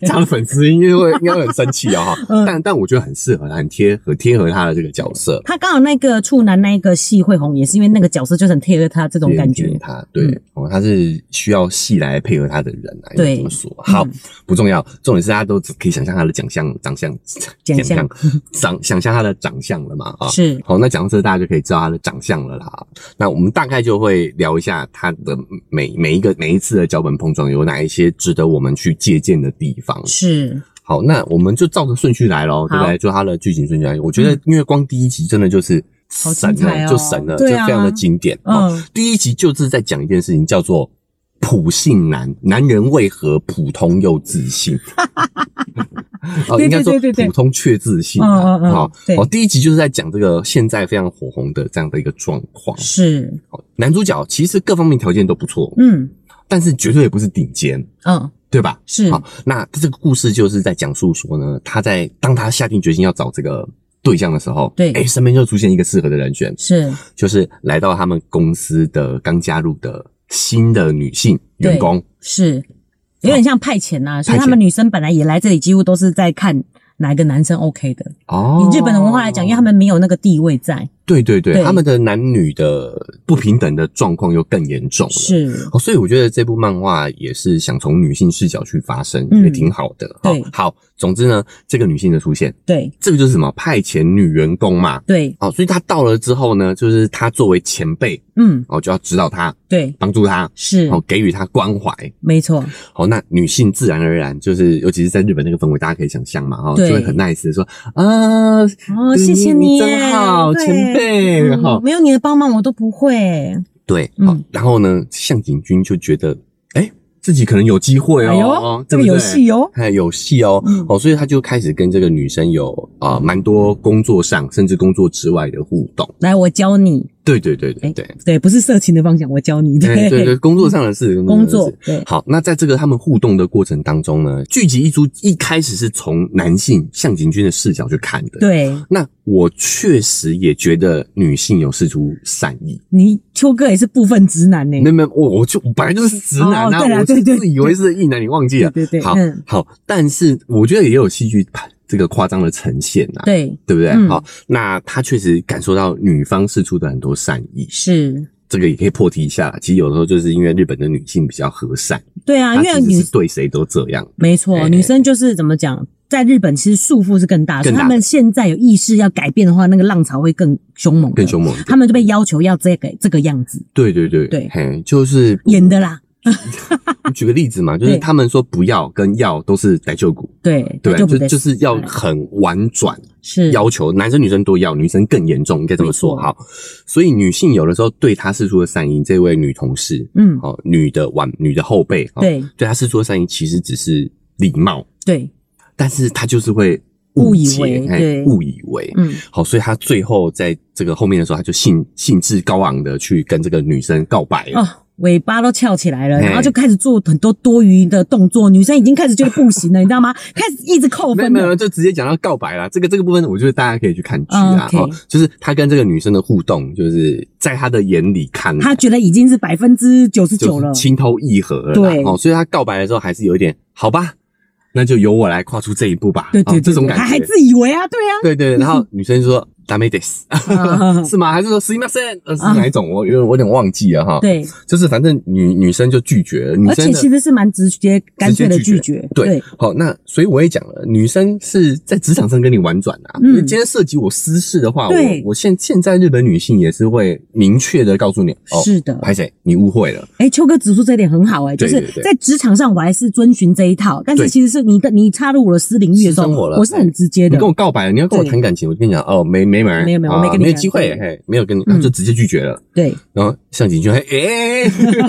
Speaker 1: 这样的粉丝应该会应该会很生气啊、哈
Speaker 2: 嗯
Speaker 1: 但但我觉得很适合他，很贴合贴合他的这个角色，
Speaker 2: 他刚好那个处男那一个戏会红，也是因为那个角色就是很贴合他这种感
Speaker 1: 贴合
Speaker 2: 觉。
Speaker 1: 他对、
Speaker 2: 嗯
Speaker 1: 哦，他是需要戏来配合他的人啊，应
Speaker 2: 对
Speaker 1: 该这么说。好，
Speaker 2: 嗯
Speaker 1: 不重要，重点是大家都只可以想象他的长相、长相、
Speaker 2: 长相
Speaker 1: 长想象他的长相了嘛啊。
Speaker 2: 是
Speaker 1: 好，那讲到这，大家就可以知道他的长相了啦。那我们大概就会聊一下他的每每一个每一次的脚本碰撞有哪一些值得我们去借鉴的地方。
Speaker 2: 是，
Speaker 1: 好，那我们就照着顺序来咯，对不对？就他的剧情顺序来。我觉得，因为光第一集真的就是
Speaker 2: 嗯好
Speaker 1: 神
Speaker 2: 精彩
Speaker 1: 了，
Speaker 2: 哦
Speaker 1: 就神了，就
Speaker 2: 对啊
Speaker 1: 非常的经典。哦
Speaker 2: 嗯，
Speaker 1: 第一集就是在讲一件事情，叫做。普信男，男人为何普通又自 信？哦，
Speaker 2: 对
Speaker 1: 应该
Speaker 2: 对
Speaker 1: 说
Speaker 2: 对对对
Speaker 1: 普通却自信
Speaker 2: 嗯
Speaker 1: 啊！
Speaker 2: 嗯嗯
Speaker 1: 哦
Speaker 2: 对
Speaker 1: 哦，第一集就是在讲这个现在非常火红的这样的一个状况。
Speaker 2: 是，
Speaker 1: 哦男主角其实各方面条件都不错，
Speaker 2: 嗯
Speaker 1: 但是绝对也不是顶尖，
Speaker 2: 嗯，
Speaker 1: 对吧？
Speaker 2: 是
Speaker 1: 好，那这个故事就是在讲述说呢，他在当他下定决心要找这个对象的时候，
Speaker 2: 对
Speaker 1: 哎，身边就出现一个适合的人选，
Speaker 2: 是，
Speaker 1: 就是来到他们公司的刚加入的新的女性员工，
Speaker 2: 是，有点像派遣呐、所以
Speaker 1: 派遣
Speaker 2: 他们女生本来也来这里，几乎都是在看哪一个男生 OK 的。
Speaker 1: 哦
Speaker 2: 以日本的文化来讲，因为他们没有那个地位在，
Speaker 1: 对对对，
Speaker 2: 对
Speaker 1: 他们的男女的不平等的状况又更严重了。
Speaker 2: 是
Speaker 1: 哦，所以我觉得这部漫画也是想从女性视角去发声，
Speaker 2: 嗯
Speaker 1: 也挺好的。哦
Speaker 2: 对
Speaker 1: 好，总之呢，这个女性的出现，
Speaker 2: 对
Speaker 1: 这个就是什么派遣女员工嘛。
Speaker 2: 对，
Speaker 1: 哦，所以她到了之后呢，就是她作为前辈，
Speaker 2: 嗯
Speaker 1: 哦，就要指导她，
Speaker 2: 对，
Speaker 1: 帮助她，
Speaker 2: 是
Speaker 1: 哦，给予她关怀。
Speaker 2: 没错，
Speaker 1: 好，那女性自然而然就是，尤其是在日本那个氛围，大家可以想象嘛，哦，就
Speaker 2: 对
Speaker 1: 会很 nice 的说，啊，
Speaker 2: 哦，
Speaker 1: 对
Speaker 2: 谢谢你耶，
Speaker 1: 真好，
Speaker 2: 对
Speaker 1: 前辈，
Speaker 2: 嗯
Speaker 1: 哈，
Speaker 2: 没有你的帮忙我都不会。
Speaker 1: 对，
Speaker 2: 嗯
Speaker 1: 好，然后呢，向井君就觉得，哎，自己可能有机会
Speaker 2: 哎
Speaker 1: 哦
Speaker 2: 呦，，
Speaker 1: 对
Speaker 2: 这
Speaker 1: 不
Speaker 2: 个有
Speaker 1: 对
Speaker 2: 戏哦，
Speaker 1: 哎，有戏哦，
Speaker 2: 嗯
Speaker 1: 哦，所以他就开始跟这个女生有啊蛮、多工作上甚至工作之外的互动。
Speaker 2: 来我教你，
Speaker 1: 对对对对对，
Speaker 2: 对，不是色情的方向，我教你，
Speaker 1: 哎、
Speaker 2: 对嗯
Speaker 1: 对对，工作上的事，
Speaker 2: 工
Speaker 1: 上的
Speaker 2: 作
Speaker 1: 事。
Speaker 2: 对
Speaker 1: 好，那在这个他们互动的过程当中呢，剧集一出一开始是从男性向井君的视角去看的。，
Speaker 2: 对，
Speaker 1: 那我确实也觉得女性有试出善意。
Speaker 2: 你秋哥也是部分直男呢，
Speaker 1: 没有没有，我我就我本来就是直男啊，
Speaker 2: 哦对啦
Speaker 1: 我
Speaker 2: 对对
Speaker 1: 自以为是异男，你忘记了？
Speaker 2: 对对对
Speaker 1: 好、
Speaker 2: 嗯
Speaker 1: 好，但是我觉得也有戏剧这个夸张的呈现呐、
Speaker 2: 对，
Speaker 1: 对不对？
Speaker 2: 嗯
Speaker 1: 好，那他确实感受到女方释出的很多善意，
Speaker 2: 是。
Speaker 1: 这个也可以破题一下啦。其实有的时候就是因为日本的女性比较和善，
Speaker 2: 对啊，因
Speaker 1: 她
Speaker 2: 为
Speaker 1: 其实
Speaker 2: 女
Speaker 1: 是对谁都这样。
Speaker 2: 没
Speaker 1: 哎
Speaker 2: 错，女生就是怎么讲，在日本其实束缚是更大，
Speaker 1: 更
Speaker 2: 所以
Speaker 1: 大的
Speaker 2: 他们现在有意识要改变的话，那个浪潮会更凶猛的，
Speaker 1: 更凶猛一点
Speaker 2: 他们就被要求要这个这个样子
Speaker 1: 对对对
Speaker 2: 对
Speaker 1: 嘿，就是
Speaker 2: 演的啦，
Speaker 1: 举个例子嘛，就是
Speaker 2: 对
Speaker 1: 他们说不要跟要都是逮旧骨，
Speaker 2: 对，
Speaker 1: 对，
Speaker 2: 就
Speaker 1: 就
Speaker 2: 不得
Speaker 1: 就是要很婉转
Speaker 2: 是
Speaker 1: 要求，男生女生都要，女生更严重，应该这么说
Speaker 2: 没错
Speaker 1: 好。所以女性有的时候对她释出的善意，这位女同事，
Speaker 2: 嗯，
Speaker 1: 哦，女的晚女的后辈，哦，
Speaker 2: 对
Speaker 1: 对她释出的善意其实只是礼貌，
Speaker 2: 对，
Speaker 1: 但是他就是会误解
Speaker 2: 误以为
Speaker 1: 哎
Speaker 2: 对
Speaker 1: 误以为。
Speaker 2: 嗯，
Speaker 1: 好，所以他最后在这个后面的时候，他就兴兴致高昂的去跟这个女生告白了。
Speaker 2: 哦，尾巴都翘起来了，
Speaker 1: 哎
Speaker 2: 然后就开始做很多多余的动作，女生已经开始觉得不行了，你知 道吗？开始一直扣
Speaker 1: 没有
Speaker 2: 分
Speaker 1: 没有，没
Speaker 2: 了，
Speaker 1: 有就直接讲到告白啦。这个这个部分，我觉得大家可以去看剧啦。
Speaker 2: 嗯
Speaker 1: 哦
Speaker 2: ，OK，
Speaker 1: 就是他跟这个女生的互动，就是在他的眼里看来，
Speaker 2: 她觉得已经是百分之九十九
Speaker 1: 就
Speaker 2: 了
Speaker 1: 是，情投意合了啦。
Speaker 2: 对
Speaker 1: 哦，所以他告白的时候还是有一点，好吧，那就由我来跨出这一步吧。
Speaker 2: 对对
Speaker 1: 哦
Speaker 2: 对，
Speaker 1: 这种
Speaker 2: 对
Speaker 1: 感
Speaker 2: 还还
Speaker 1: 觉。
Speaker 2: 自以为啊，对啊，
Speaker 1: 对对，然后女生就说：“ダメです，
Speaker 2: 啊
Speaker 1: 是吗？还是说すいません？呃是哪一种？我有我有点忘记了哈。，
Speaker 2: 对，
Speaker 1: 就是反正女女生就拒绝了，女
Speaker 2: 而
Speaker 1: 生
Speaker 2: 且
Speaker 1: 的
Speaker 2: 其实是蛮直接、干脆的
Speaker 1: 直接拒
Speaker 2: 拒绝。
Speaker 1: 对，好，那所以我也讲了，女生是在职场上跟你婉转啊。
Speaker 2: 嗯
Speaker 1: 因为今天涉及我私事的话，我
Speaker 2: 对
Speaker 1: 我现现在日本女性也是会明确的告诉你，哦，
Speaker 2: 是的。
Speaker 1: 拍谁，你误会了，
Speaker 2: 哎，秋哥指出这一点很好哎，就
Speaker 1: 对
Speaker 2: 是
Speaker 1: 对对
Speaker 2: 在职场上我还是遵循这一套，但
Speaker 1: 对
Speaker 2: 是其实是你的你插入我的私领域的时候，
Speaker 1: 私生活了哎
Speaker 2: 我是很直接
Speaker 1: 你
Speaker 2: 的
Speaker 1: 跟。我告白了，你要跟我谈感情，我就跟你讲，哦，没没门儿，
Speaker 2: 没有没有
Speaker 1: 啊
Speaker 2: 我没跟你
Speaker 1: 没有
Speaker 2: 讲
Speaker 1: 机会，
Speaker 2: 对
Speaker 1: 嘿，没有跟你，啊
Speaker 2: 嗯
Speaker 1: 就直接拒绝了。
Speaker 2: 对，
Speaker 1: 然后向警就会，哎、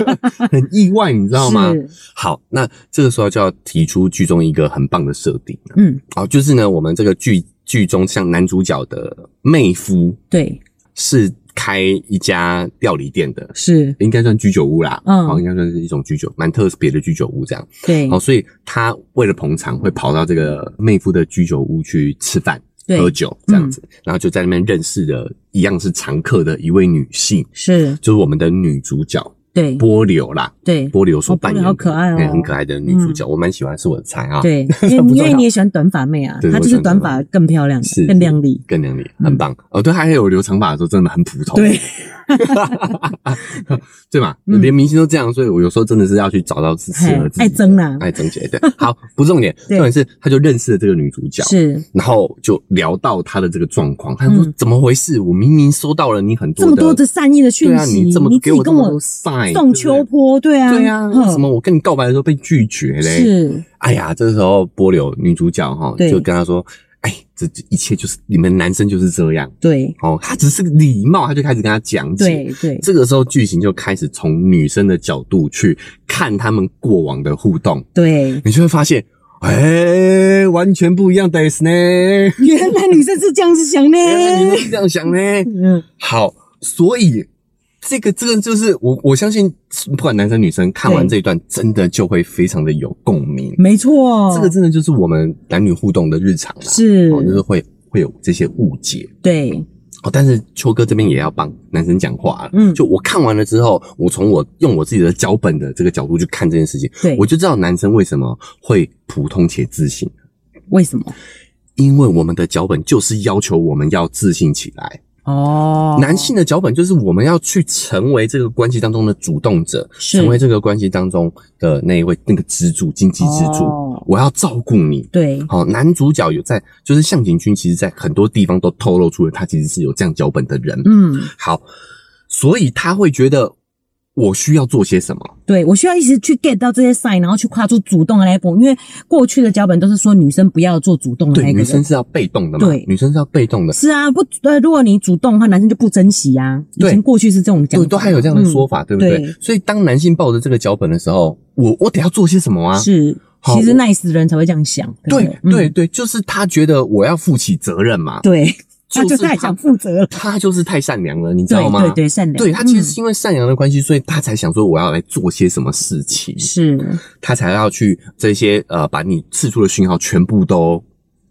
Speaker 1: 很意外，你知道吗？
Speaker 2: 是
Speaker 1: 好，那这个时候就要提出剧中一个很棒的设定啊
Speaker 2: 嗯，
Speaker 1: 好，就是呢，我们这个剧剧中像男主角的妹夫，
Speaker 2: 对，
Speaker 1: 是开一家料理店的，
Speaker 2: 是，
Speaker 1: 应该算居酒屋啦。
Speaker 2: 嗯
Speaker 1: 好，应该算是一种居酒，蛮特别的居酒屋这样。
Speaker 2: 对
Speaker 1: 好，，所以他为了捧场，会跑到这个妹夫的居酒屋去吃饭、
Speaker 2: 对嗯
Speaker 1: 喝酒这样子，然后就在那边认识了一样是常客的一位女性，
Speaker 2: 是，
Speaker 1: 就是我们的女主角
Speaker 2: 对，
Speaker 1: 波流啦。
Speaker 2: 对，
Speaker 1: 波流所扮演的、
Speaker 2: 哦波流好可爱哦嗯
Speaker 1: 哎很可爱的女主角，我蛮喜欢，是我的菜啊。，
Speaker 2: 对，因
Speaker 1: 不重
Speaker 2: 为因为
Speaker 1: 要
Speaker 2: 你也喜欢短发妹啊
Speaker 1: 对，
Speaker 2: 她
Speaker 1: 我喜
Speaker 2: 就是
Speaker 1: 欢
Speaker 2: 短
Speaker 1: 短
Speaker 2: 发
Speaker 1: 发
Speaker 2: 更漂亮
Speaker 1: 是、
Speaker 2: 更靓丽。
Speaker 1: 更靓丽，很棒。哦，对，还有留长发的时候真的很普通。
Speaker 2: 对，
Speaker 1: 对嘛，
Speaker 2: 嗯
Speaker 1: 连明星都这样，所以我有时候真的是要去找到适适合自己的
Speaker 2: 嘿爱增啦
Speaker 1: 爱增姐对。好，不重点，重
Speaker 2: 对
Speaker 1: 点是他就认识了这个女主角，
Speaker 2: 是
Speaker 1: 然后就聊到她的这个状况，他说
Speaker 2: 嗯
Speaker 1: 怎么回事？我明明收到了你很多
Speaker 2: 这么多的善意的讯
Speaker 1: 对啊，
Speaker 2: 息，
Speaker 1: 你这么
Speaker 2: 自
Speaker 1: 给
Speaker 2: 己
Speaker 1: 我
Speaker 2: 跟
Speaker 1: 这么
Speaker 2: 我
Speaker 1: 多 sign，
Speaker 2: 送秋波，对啊，
Speaker 1: 对啊，为
Speaker 2: 嗯
Speaker 1: 什么我跟你告白的时候被拒绝嘞？
Speaker 2: 是，
Speaker 1: 哎呀，这时候波流女主角哈
Speaker 2: 对
Speaker 1: 就跟他说，哎，这这一切就是你们男生就是这样。
Speaker 2: 对，
Speaker 1: 哦，他只是个礼貌，他就开始跟他讲解。
Speaker 2: 对对，
Speaker 1: 这个时候剧情就开始从女生的角度去看他们过往的互动，
Speaker 2: 对。
Speaker 1: 你就会发现，哎、完全不一样的 是呢。
Speaker 2: 原来女生是这样子想呢，
Speaker 1: 原来你们是这样想呢。
Speaker 2: 嗯，
Speaker 1: 好，所以这个这个就是我我相信，不管男生女生看完
Speaker 2: 对
Speaker 1: 这一段，真的就会非常的有共鸣。
Speaker 2: 没错，
Speaker 1: 这个真的就是我们男女互动的日常啦，
Speaker 2: 哦是
Speaker 1: 哦，就是会会有这些误解。
Speaker 2: 对，
Speaker 1: 哦，但是秋哥这边也要帮男生讲话了。
Speaker 2: 嗯
Speaker 1: 就我看完了之后，我从我用我自己的脚本的这个角度去看这件事情，
Speaker 2: 对
Speaker 1: 我就知道男生为什么会普通且自信，
Speaker 2: 为什么？
Speaker 1: 因为我们的脚本就是要求我们要自信起来。
Speaker 2: 哦，
Speaker 1: 男性的脚本就是我们要去成为这个关系当中的主动者，
Speaker 2: 是
Speaker 1: 成为这个关系当中的那一位那个支柱，经济支柱。
Speaker 2: 哦
Speaker 1: 我要照顾你。
Speaker 2: 对
Speaker 1: 好、男主角有在，就是向井君，其实在很多地方都透露出了他其实是有这样脚本的人。
Speaker 2: 嗯，
Speaker 1: 好，所以他会觉得我需要做些什么？
Speaker 2: 对我需要一直去 get 到这些 sign，然后去跨出主动的那一步，因为过去的脚本都是说女生不要做主动的那
Speaker 1: 对，
Speaker 2: 一个
Speaker 1: 女生
Speaker 2: 人。
Speaker 1: 是要被动的嘛？
Speaker 2: 对
Speaker 1: 女生是要被动的。
Speaker 2: 是啊，不呃，如果你主动的话，男生就不珍惜啊。以
Speaker 1: 对
Speaker 2: 前过去是这种讲
Speaker 1: 对，
Speaker 2: 法，
Speaker 1: 都还有这样的说法，对不对？
Speaker 2: 对
Speaker 1: 所以当男性抱着这个脚本的时候，我我得要做些什么啊？
Speaker 2: 嗯，是。
Speaker 1: 好
Speaker 2: 其实
Speaker 1: 我
Speaker 2: nice 的人才会这样想，
Speaker 1: 对
Speaker 2: 对嗯不
Speaker 1: 对
Speaker 2: 对
Speaker 1: 对，就是他觉得我要负起责任嘛，
Speaker 2: 对，对
Speaker 1: 就
Speaker 2: 那
Speaker 1: 是
Speaker 2: 就太想负责了。
Speaker 1: 他就是太善良了，你知
Speaker 2: 对
Speaker 1: 道吗？
Speaker 2: 对对，善良。
Speaker 1: 对他其实
Speaker 2: 嗯
Speaker 1: 是因为善良的关系，所以他才想说我要来做些什么事情，
Speaker 2: 是
Speaker 1: 他才要去这些呃，把你刺出的讯号全部都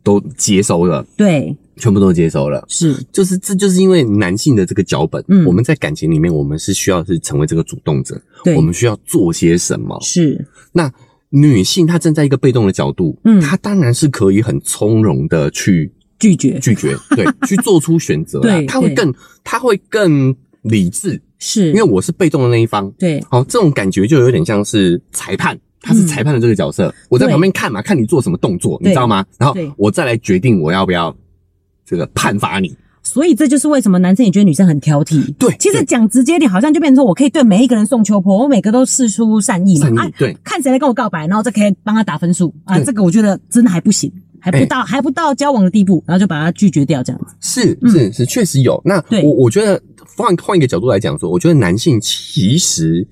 Speaker 1: 都接收了，
Speaker 2: 对
Speaker 1: 全部都接收了。
Speaker 2: 是
Speaker 1: 就是这就是因为男性的这个脚本，
Speaker 2: 嗯
Speaker 1: 我们在感情里面，我们是需要是成为这个主动者，
Speaker 2: 对
Speaker 1: 我们需要做些什么。
Speaker 2: 是
Speaker 1: 那女性她站在一个被动的角度，
Speaker 2: 嗯
Speaker 1: 她当然是可以很从容的去
Speaker 2: 拒绝
Speaker 1: 拒 绝，对，去做出选择啦，
Speaker 2: 对
Speaker 1: 她会
Speaker 2: 对
Speaker 1: 更她会更理智，
Speaker 2: 是，
Speaker 1: 因为我是被动的那一方。
Speaker 2: 对
Speaker 1: 好，这种感觉就有点像是裁判。他是
Speaker 2: 嗯
Speaker 1: 裁判的这个角色，我在
Speaker 2: 对
Speaker 1: 旁边看嘛，看你做什么动作，你
Speaker 2: 对
Speaker 1: 知道吗？然后
Speaker 2: 对
Speaker 1: 我再来决定我要不要这个判罚你。
Speaker 2: 所以这就是为什么男生也觉得女生很挑剔。
Speaker 1: 对
Speaker 2: 其实
Speaker 1: 对
Speaker 2: 讲直接点，好像就变成说我可以对每一个人送秋波，我每个都示出善意嘛，
Speaker 1: 善意
Speaker 2: 啊
Speaker 1: 对
Speaker 2: 看谁来跟我告白，然后再可以帮他打分数啊。
Speaker 1: 对哎
Speaker 2: 这个我觉得真的还不行，还不到、还不到交往的地步，然后就把他拒绝掉这样子。
Speaker 1: 是
Speaker 2: 嗯
Speaker 1: 是是，确实有。那
Speaker 2: 对
Speaker 1: 我我觉得换换一个角度来讲说，我觉得男性其实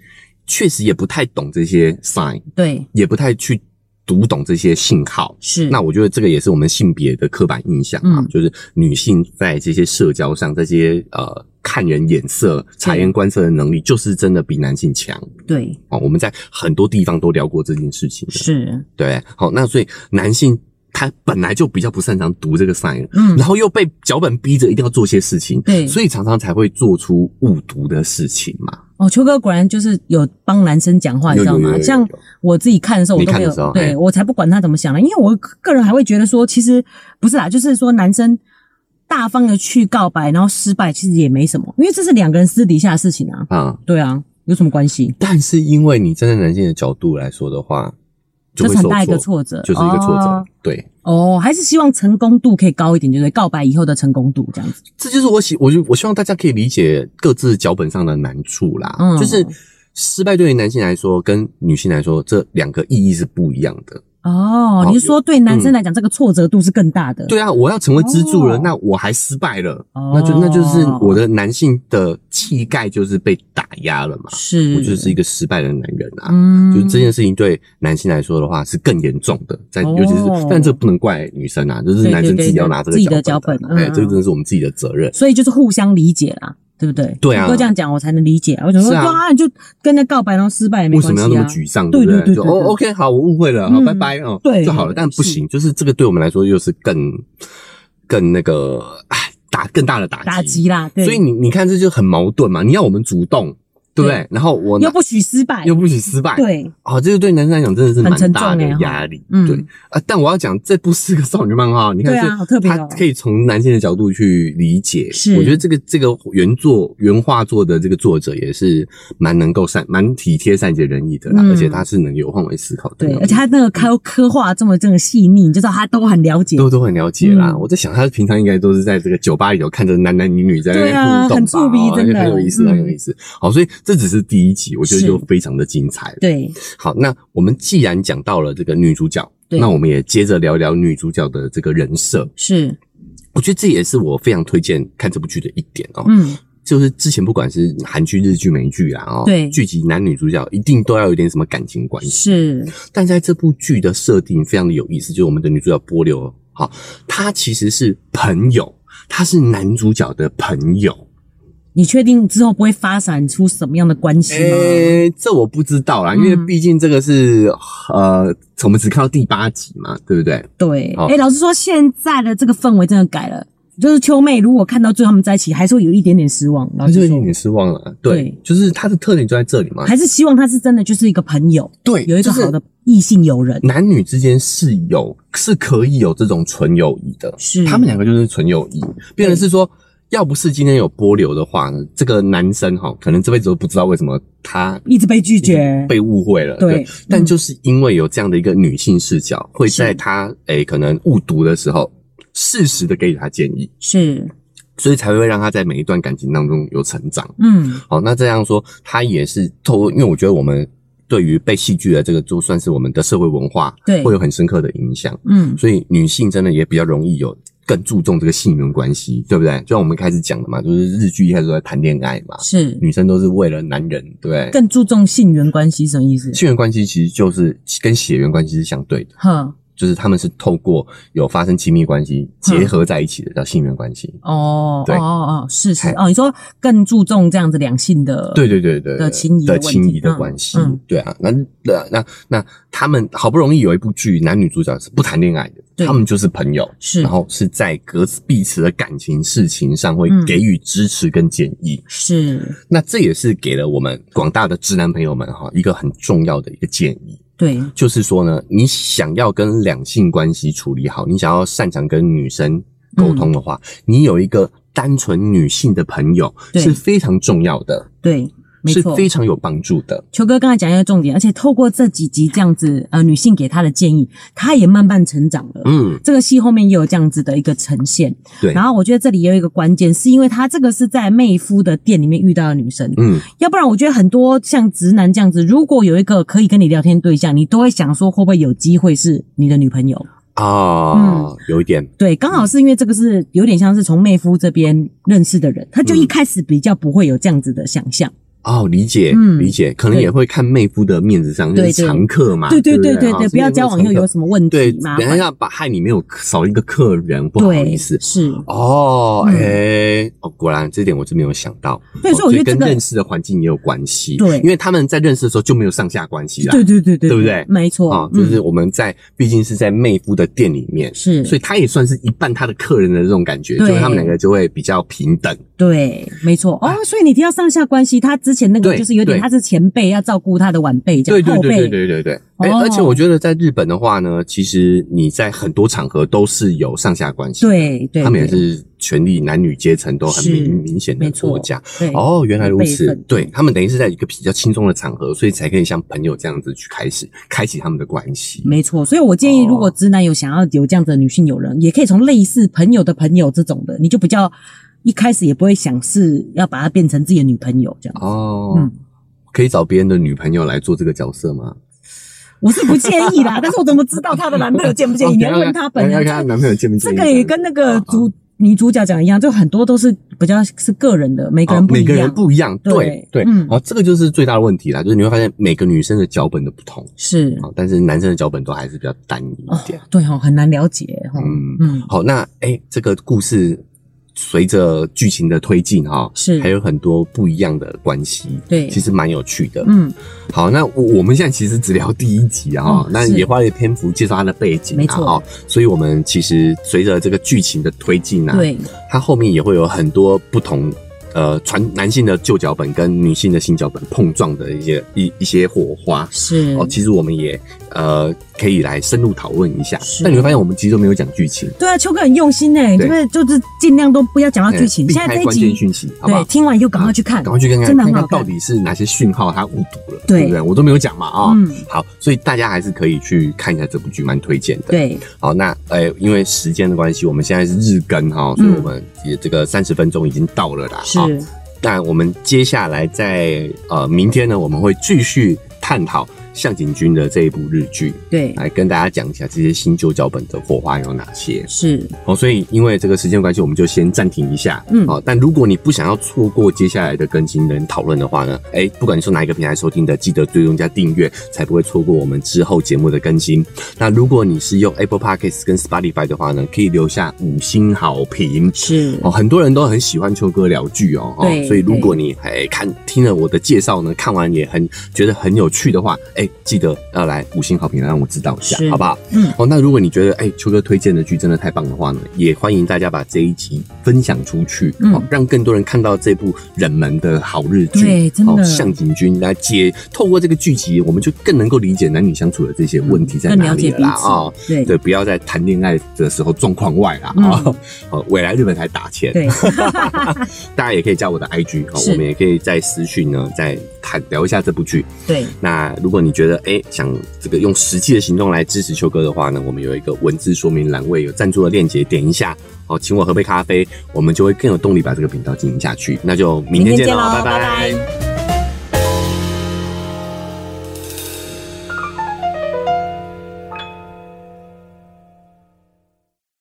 Speaker 1: 确实也不太懂这些 sign，
Speaker 2: 对，
Speaker 1: 也不太去读懂这些信号。
Speaker 2: 是
Speaker 1: 那我觉得这个也是我们性别的刻板印象啊，
Speaker 2: 嗯
Speaker 1: 就是女性在这些社交上，这些呃看人眼色、察言观色的能力，就是真的比男性强
Speaker 2: 对
Speaker 1: 啊、哦。我们在很多地方都聊过这件事情的，
Speaker 2: 是，
Speaker 1: 对。好，那所以男性他本来就比较不擅长读这个 sign，
Speaker 2: 嗯
Speaker 1: 然后又被脚本逼着一定要做些事情，
Speaker 2: 对
Speaker 1: 所以常常才会做出误读的事情嘛。
Speaker 2: 哦，秋哥果然就是有帮男生讲话，你
Speaker 1: 有
Speaker 2: 知道
Speaker 1: 有有
Speaker 2: 吗？
Speaker 1: 有
Speaker 2: 像
Speaker 1: 有
Speaker 2: 我自己看的时候，我
Speaker 1: 你
Speaker 2: 都没
Speaker 1: 看的
Speaker 2: 有
Speaker 1: 时候，嘿
Speaker 2: 对我才不管他怎么想了，因为我个人还会觉得说，其实不是啦，就是说男生大方的去告白，然后失败，其实也没什么，因为这是两个人私底下的事情啊。
Speaker 1: 啊。
Speaker 2: 对啊，有什么关系？
Speaker 1: 但是因为你站在男性的角度来说的话，就
Speaker 2: 这
Speaker 1: 会
Speaker 2: 是很
Speaker 1: 受
Speaker 2: 大一个
Speaker 1: 挫，
Speaker 2: 挫折，
Speaker 1: 就是一个挫折
Speaker 2: 哦。
Speaker 1: 对，
Speaker 2: 哦，还是希望成功度可以高一点，就是告白以后的成功度这样子。
Speaker 1: 这就是我希我就我希望大家可以理解各自脚本上的难处啦。
Speaker 2: 嗯
Speaker 1: 就是失败对于男性来说跟女性来说，这两个意义是不一样的。
Speaker 2: 哦，你是说对男生来讲，这个挫折度是更大的？
Speaker 1: 嗯对啊，我要成为支柱了，
Speaker 2: 哦
Speaker 1: 那我还失败了，
Speaker 2: 哦
Speaker 1: 那就那就是我的男性的气概就是被打压了嘛。
Speaker 2: 是，
Speaker 1: 我就是一个失败的男人啊。
Speaker 2: 嗯
Speaker 1: 就是这件事情对男性来说的话是更严重的，在
Speaker 2: 哦
Speaker 1: 尤其是，但这不能怪女生啊，就是男生自己要拿这个
Speaker 2: 对对对自己的
Speaker 1: 脚
Speaker 2: 脚
Speaker 1: 啊
Speaker 2: 本
Speaker 1: 哎，
Speaker 2: 嗯
Speaker 1: 这个真的是我们自己的责任。
Speaker 2: 所以就是互相理解啦，对不对？
Speaker 1: 对啊
Speaker 2: 你都这样讲，我才能理解啊。我想说，
Speaker 1: 是
Speaker 2: 对
Speaker 1: 啊
Speaker 2: 啊，你就跟人家告白，然后失败也没
Speaker 1: 为
Speaker 2: 关
Speaker 1: 什
Speaker 2: 系啊。
Speaker 1: 么要那么沮丧？不
Speaker 2: 对对对
Speaker 1: 就
Speaker 2: 对对
Speaker 1: 哦，OK，好，我误会了，好，
Speaker 2: 嗯
Speaker 1: 拜拜哦，
Speaker 2: 对
Speaker 1: 就好了。但不行，就是这个对我们来说又是更更那个，哎，打更大的打击。
Speaker 2: 打击啦，对，
Speaker 1: 所以你你看，这就很矛盾嘛。你要我们主动，对不对
Speaker 2: 对？
Speaker 1: 然后我拿
Speaker 2: 又不许失败，
Speaker 1: 又不许失败，
Speaker 2: 对，
Speaker 1: 哦，这个对男生来讲真的是
Speaker 2: 很
Speaker 1: 蛮
Speaker 2: 沉
Speaker 1: 大的
Speaker 2: 重欸哈
Speaker 1: 压力，
Speaker 2: 嗯
Speaker 1: 对啊、但我要讲这部是个少女漫画，你看
Speaker 2: 对啊
Speaker 1: 是、
Speaker 2: 好特别
Speaker 1: 它
Speaker 2: 哦
Speaker 1: 可以从男性的角度去理解。
Speaker 2: 是
Speaker 1: 我觉得这个这个原作原画作的这个作者也是蛮能够善蛮体贴善解人意的啦，
Speaker 2: 嗯
Speaker 1: 而且他是能有换位思考的
Speaker 2: 对
Speaker 1: 那，种，
Speaker 2: 而且他那个刻刻画这么这么细腻，你就知道他都很了解，
Speaker 1: 都都很了解啦。
Speaker 2: 嗯
Speaker 1: 我在想，他平常应该都是在这个酒吧里头看着男男女女在那
Speaker 2: 对
Speaker 1: 边
Speaker 2: 啊
Speaker 1: 互动
Speaker 2: 很
Speaker 1: 吧，
Speaker 2: 触鼻
Speaker 1: 哦
Speaker 2: 真的
Speaker 1: 很有意思，
Speaker 2: 嗯
Speaker 1: 很有意思。好，所以这只是第一集，我觉得
Speaker 2: 是
Speaker 1: 就非常的精彩了。
Speaker 2: 对，
Speaker 1: 好，那我们既然讲到了这个女主角，
Speaker 2: 对
Speaker 1: 那我们也接着聊聊女主角的这个人设。
Speaker 2: 是，
Speaker 1: 我觉得这也是我非常推荐看这部剧的一点哦，
Speaker 2: 嗯，
Speaker 1: 就是之前不管是韩剧、日剧、美剧啦，哦，
Speaker 2: 对
Speaker 1: 剧集男女主角一定都要有点什么感情关系。
Speaker 2: 是，
Speaker 1: 但在这部剧的设定非常的有意思，就是我们的女主角波流，好、她其实是朋友，她是男主角的朋友。
Speaker 2: 你确定之后不会发展出什么样的关系吗？
Speaker 1: 诶、这我不知道啦，因为
Speaker 2: 嗯
Speaker 1: 毕竟这个是、呃，我们只看到第八集嘛，对不对？
Speaker 2: 对，
Speaker 1: 好
Speaker 2: 哎、老实说，现在的这个氛围真的改了。就是秋妹，如果看到最后他们在一起，还是会有一点点失望。老
Speaker 1: 他就
Speaker 2: 实
Speaker 1: 有
Speaker 2: 啊说，
Speaker 1: 点失望了。对，
Speaker 2: 对
Speaker 1: 就是他的特点就在这里嘛。
Speaker 2: 还是希望他是真的就是一个朋友，
Speaker 1: 对，
Speaker 2: 有一个
Speaker 1: 就是
Speaker 2: 好的异性友人。
Speaker 1: 男女之间是有是可以有这种纯友谊的，
Speaker 2: 是
Speaker 1: 他们两个就是纯友谊。变成是说，要不是今天有波流的话呢，这个男生哈，可能这辈子都不知道为什么他
Speaker 2: 一直被拒绝，
Speaker 1: 被误会了。
Speaker 2: 对嗯
Speaker 1: 但就是因为有这样的一个女性视角，会
Speaker 2: 是
Speaker 1: 在他诶、可能误读的时候，适时的给予他建议，
Speaker 2: 是，
Speaker 1: 所以才会让他在每一段感情当中有成长。
Speaker 2: 嗯，
Speaker 1: 好，那这样说，他也是透过，因为我觉得我们对于被戏剧的这个，就算是我们的社会文化，
Speaker 2: 对
Speaker 1: 会有很深刻的影响。
Speaker 2: 嗯，
Speaker 1: 所以女性真的也比较容易有更注重这个性缘关系，对不对？就像我们开始讲的嘛，就是日剧一开始都在谈恋爱嘛，
Speaker 2: 是
Speaker 1: 女生都是为了男人，对不对？
Speaker 2: 更注重性缘关系，什么意思？
Speaker 1: 性缘关系其实就是跟血缘关系是相对的，
Speaker 2: 哼，
Speaker 1: 就是他们是透过有发生亲密关系结合在一起的，叫性缘关系。
Speaker 2: 哦，哦
Speaker 1: 对
Speaker 2: 哦哦，是是
Speaker 1: 哎，
Speaker 2: 哦，你说更注重这样子两性的，
Speaker 1: 对对对对
Speaker 2: 的亲谊的
Speaker 1: 的
Speaker 2: 问题
Speaker 1: 亲谊的
Speaker 2: 嗯
Speaker 1: 关系，
Speaker 2: 嗯
Speaker 1: 对啊，那那那那他们好不容易有一部剧，男女主角是不谈恋爱的，
Speaker 2: 对嗯
Speaker 1: 他们就是朋友，
Speaker 2: 是
Speaker 1: 然后是在各自彼此的感情事情上会
Speaker 2: 嗯
Speaker 1: 给予支持跟建议。
Speaker 2: 是，
Speaker 1: 那这也是给了我们广大的直男朋友们哈一个很重要的一个建议，
Speaker 2: 对，
Speaker 1: 就是说呢，你想要跟两性关系处理好，你想要擅长跟女生
Speaker 2: 嗯
Speaker 1: 沟通的话，你有一个单纯女性的朋友
Speaker 2: 对
Speaker 1: 是非常重要的。
Speaker 2: 对，没
Speaker 1: 是
Speaker 2: 错。
Speaker 1: 非常有帮助的。
Speaker 2: 球哥刚才讲一个重点，而且透过这几集这样子，呃，女性给他的建议，他也慢慢成长了。
Speaker 1: 嗯，
Speaker 2: 这个戏后面也有这样子的一个呈现，
Speaker 1: 对
Speaker 2: 然，后我觉得这里也有一个关键，是因为他这个是在妹夫的店里面遇到的女生，
Speaker 1: 嗯，
Speaker 2: 要不然我觉得很多像直男这样子，如果有一个可以跟你聊天对象，你都会想说会不会有机会是你的女朋友？嗯
Speaker 1: 啊，有一点，
Speaker 2: 对，刚好是因为这个是有点像是从妹夫这边认识的人，他就一开始比较不会有这样子的想象。
Speaker 1: 哦，理解，
Speaker 2: 嗯
Speaker 1: 理解，可能
Speaker 2: 对
Speaker 1: 也会看妹夫的面子上，就
Speaker 2: 对
Speaker 1: 是常客嘛，
Speaker 2: 对对
Speaker 1: 啊对
Speaker 2: 对
Speaker 1: 对
Speaker 2: 对对，不要交往以后有
Speaker 1: 么
Speaker 2: 什么问
Speaker 1: 对，
Speaker 2: 题麻
Speaker 1: 等一
Speaker 2: 烦。
Speaker 1: 下把害你没有少一个客人，不好意
Speaker 2: 对，
Speaker 1: 思。
Speaker 2: 是，
Speaker 1: 哦，
Speaker 2: 嗯
Speaker 1: 哎、哦，果然这点我是没有想到。
Speaker 2: 对，
Speaker 1: 哦
Speaker 2: 所以我觉得
Speaker 1: 跟
Speaker 2: 这个
Speaker 1: 认，识的环境也有关系。
Speaker 2: 对
Speaker 1: 因为他们在认识的时候就没有上下关系啦。
Speaker 2: 对对对对，
Speaker 1: 啊对不对
Speaker 2: 没错，
Speaker 1: 啊，
Speaker 2: 嗯
Speaker 1: 就是我们在，毕竟是在妹夫的店里面，
Speaker 2: 是，
Speaker 1: 所以他也算是一半他的客人的这种感觉，
Speaker 2: 对
Speaker 1: 就是他们两个就会比较平等，
Speaker 2: 对，没错。哦，所以你提到上下关系，他之前那个
Speaker 1: 啊对
Speaker 2: 就是有点
Speaker 1: 对
Speaker 2: 他是前辈要照顾他的晚辈，这
Speaker 1: 对
Speaker 2: 样
Speaker 1: 对
Speaker 2: 后
Speaker 1: 对对
Speaker 2: 辈。
Speaker 1: 对对对。哎、
Speaker 2: 哦
Speaker 1: 而且我觉得在日本的话呢，其实你在很多场合都是有上下关系的，
Speaker 2: 对对，
Speaker 1: 他们也
Speaker 2: 对
Speaker 1: 是权力男女阶层都很
Speaker 2: 是
Speaker 1: 明明显的
Speaker 2: 没错
Speaker 1: 国家。
Speaker 2: 对
Speaker 1: 哦，原来如
Speaker 2: 辈
Speaker 1: 此
Speaker 2: 分，
Speaker 1: 对他们等于是在一个比较轻松的场合，所以才可以像朋友这样子去开始开启他们的关系。
Speaker 2: 没错，所以我建议，
Speaker 1: 哦
Speaker 2: 如果直男有想要有这样子的女性友人，也可以从类似朋友的朋友这种的，你就比较一开始也不会想是要把她变成自己的女朋友这样。
Speaker 1: 哦，
Speaker 2: 嗯
Speaker 1: 可以找别人的女朋友来做这个角色吗？
Speaker 2: 我是不建议啦，但是我怎么知道她的男朋友介不介
Speaker 1: 哦
Speaker 2: 意？你要问她本
Speaker 1: 要
Speaker 2: 人
Speaker 1: 看她。男朋友见不
Speaker 2: 这
Speaker 1: 见。
Speaker 2: 个也跟那个主女主角讲一样，就很多都是比较是个人的，每个人
Speaker 1: 哦
Speaker 2: 不
Speaker 1: 每
Speaker 2: 一
Speaker 1: 个人
Speaker 2: 样。
Speaker 1: 不一样，对
Speaker 2: 对
Speaker 1: 对，
Speaker 2: 嗯
Speaker 1: 好，这个就是最大的问题啦，就是你会发现每个女生的脚本都不同，
Speaker 2: 是
Speaker 1: 好，但是男生的脚本都还是比较单一
Speaker 2: 哦
Speaker 1: 一点。，
Speaker 2: 对哦，很难了解哦。
Speaker 1: 嗯
Speaker 2: 嗯，
Speaker 1: 好，那哎、诶这个故事随着剧情的推进哈、
Speaker 2: 是
Speaker 1: 还有很多不一样的关系，
Speaker 2: 对
Speaker 1: 其实蛮有趣的。
Speaker 2: 嗯，
Speaker 1: 好，那我我们现在其实只聊第一集啊、
Speaker 2: 哦
Speaker 1: 那
Speaker 2: 是
Speaker 1: 也花了篇幅介绍它的背景
Speaker 2: 没
Speaker 1: 啊，
Speaker 2: 错
Speaker 1: 哦，所以我们其实随着这个剧情的推进啊，
Speaker 2: 对，
Speaker 1: 它后面也会有很多不同。呃，传男性的旧脚本跟女性的新脚本碰撞的一些一一些火花，
Speaker 2: 是
Speaker 1: 哦，其实我们也呃可以来深入讨论一下。
Speaker 2: 是
Speaker 1: 但你会发现，我们其实都没有讲剧情，
Speaker 2: 对啊，秋哥很用心哎，
Speaker 1: 对
Speaker 2: 就是就是尽量都不要讲到剧情。
Speaker 1: 哎避
Speaker 2: 现在这
Speaker 1: 开
Speaker 2: 一
Speaker 1: 关键
Speaker 2: 集，
Speaker 1: 讯息，好不
Speaker 2: 对，
Speaker 1: 好？
Speaker 2: 听完就赶快去看
Speaker 1: 赶。快去看看，
Speaker 2: 真的
Speaker 1: 看
Speaker 2: 很
Speaker 1: 看
Speaker 2: 好看
Speaker 1: 到底是哪些讯号他误读了，
Speaker 2: 对
Speaker 1: 对不对？我都没有讲嘛啊，
Speaker 2: 嗯
Speaker 1: 好，所以大家还是可以去看一下这部剧，蛮推荐的。，
Speaker 2: 对，
Speaker 1: 好，那呃，因为时间的关系，我们现在是日更哈，所以我们也这个三十分钟已经到了啦。
Speaker 2: 嗯是
Speaker 1: 啊那我们接下来在呃明天呢，我们会继续探讨向井君的这一部日剧，
Speaker 2: 对，
Speaker 1: 来跟大家讲一下这些新旧脚本的火花有哪些。
Speaker 2: 是
Speaker 1: 哦，所以因为这个时间关系，我们就先暂停一下。
Speaker 2: 嗯
Speaker 1: 哦，但如果你不想要错过接下来的更新跟讨论的话呢，哎，不管你是哪一个平台收听的，记得追踪加订阅，才不会错过我们之后节目的更新。那如果你是用 Apple Podcasts 跟 Spotify 的话呢，可以留下五星好评。
Speaker 2: 是
Speaker 1: 哦，很多人都很喜欢秋哥聊剧哦，哦
Speaker 2: 嗯对
Speaker 1: 所以如
Speaker 2: 对
Speaker 1: 果你还看听了我的介绍呢，看完也很觉得很有趣的话，哎，记得要来五星好评，让我知道一下，
Speaker 2: 是
Speaker 1: 好不好？
Speaker 2: 嗯，
Speaker 1: 哦，那如果你觉得哎、秋哥推荐的剧真的太棒的话呢，也欢迎大家把这一集分享出去，
Speaker 2: 嗯
Speaker 1: 哦，让更多人看到这部冷门的好日剧。
Speaker 2: 对真的
Speaker 1: 哦，向井君来解，透过这个剧集，我们就更能够理解男女相处的这些问题在
Speaker 2: 更
Speaker 1: 哪
Speaker 2: 了
Speaker 1: 里
Speaker 2: 解
Speaker 1: 了
Speaker 2: 彼
Speaker 1: 啦。哦，
Speaker 2: 此。对
Speaker 1: 对，不要在谈恋爱的时候状况外啦。啊、
Speaker 2: 嗯
Speaker 1: 哦， 哦，未来日本才打钱。
Speaker 2: 对，
Speaker 1: 大家也可以加我的 IG 哦，
Speaker 2: 是
Speaker 1: 我们也可以在私讯呢，再谈聊一下这部剧。
Speaker 2: 对，
Speaker 1: 那如果你觉得哎、诶想这个用实际的行动来支持秋哥的话呢，我们有一个文字说明栏位有赞助的链接，点一下哦，请我喝杯咖啡，我们就会更有动力把这个频道经营下去。那就明天见喽，
Speaker 2: 明天见咯
Speaker 1: 拜
Speaker 2: 拜
Speaker 1: 拜
Speaker 2: 拜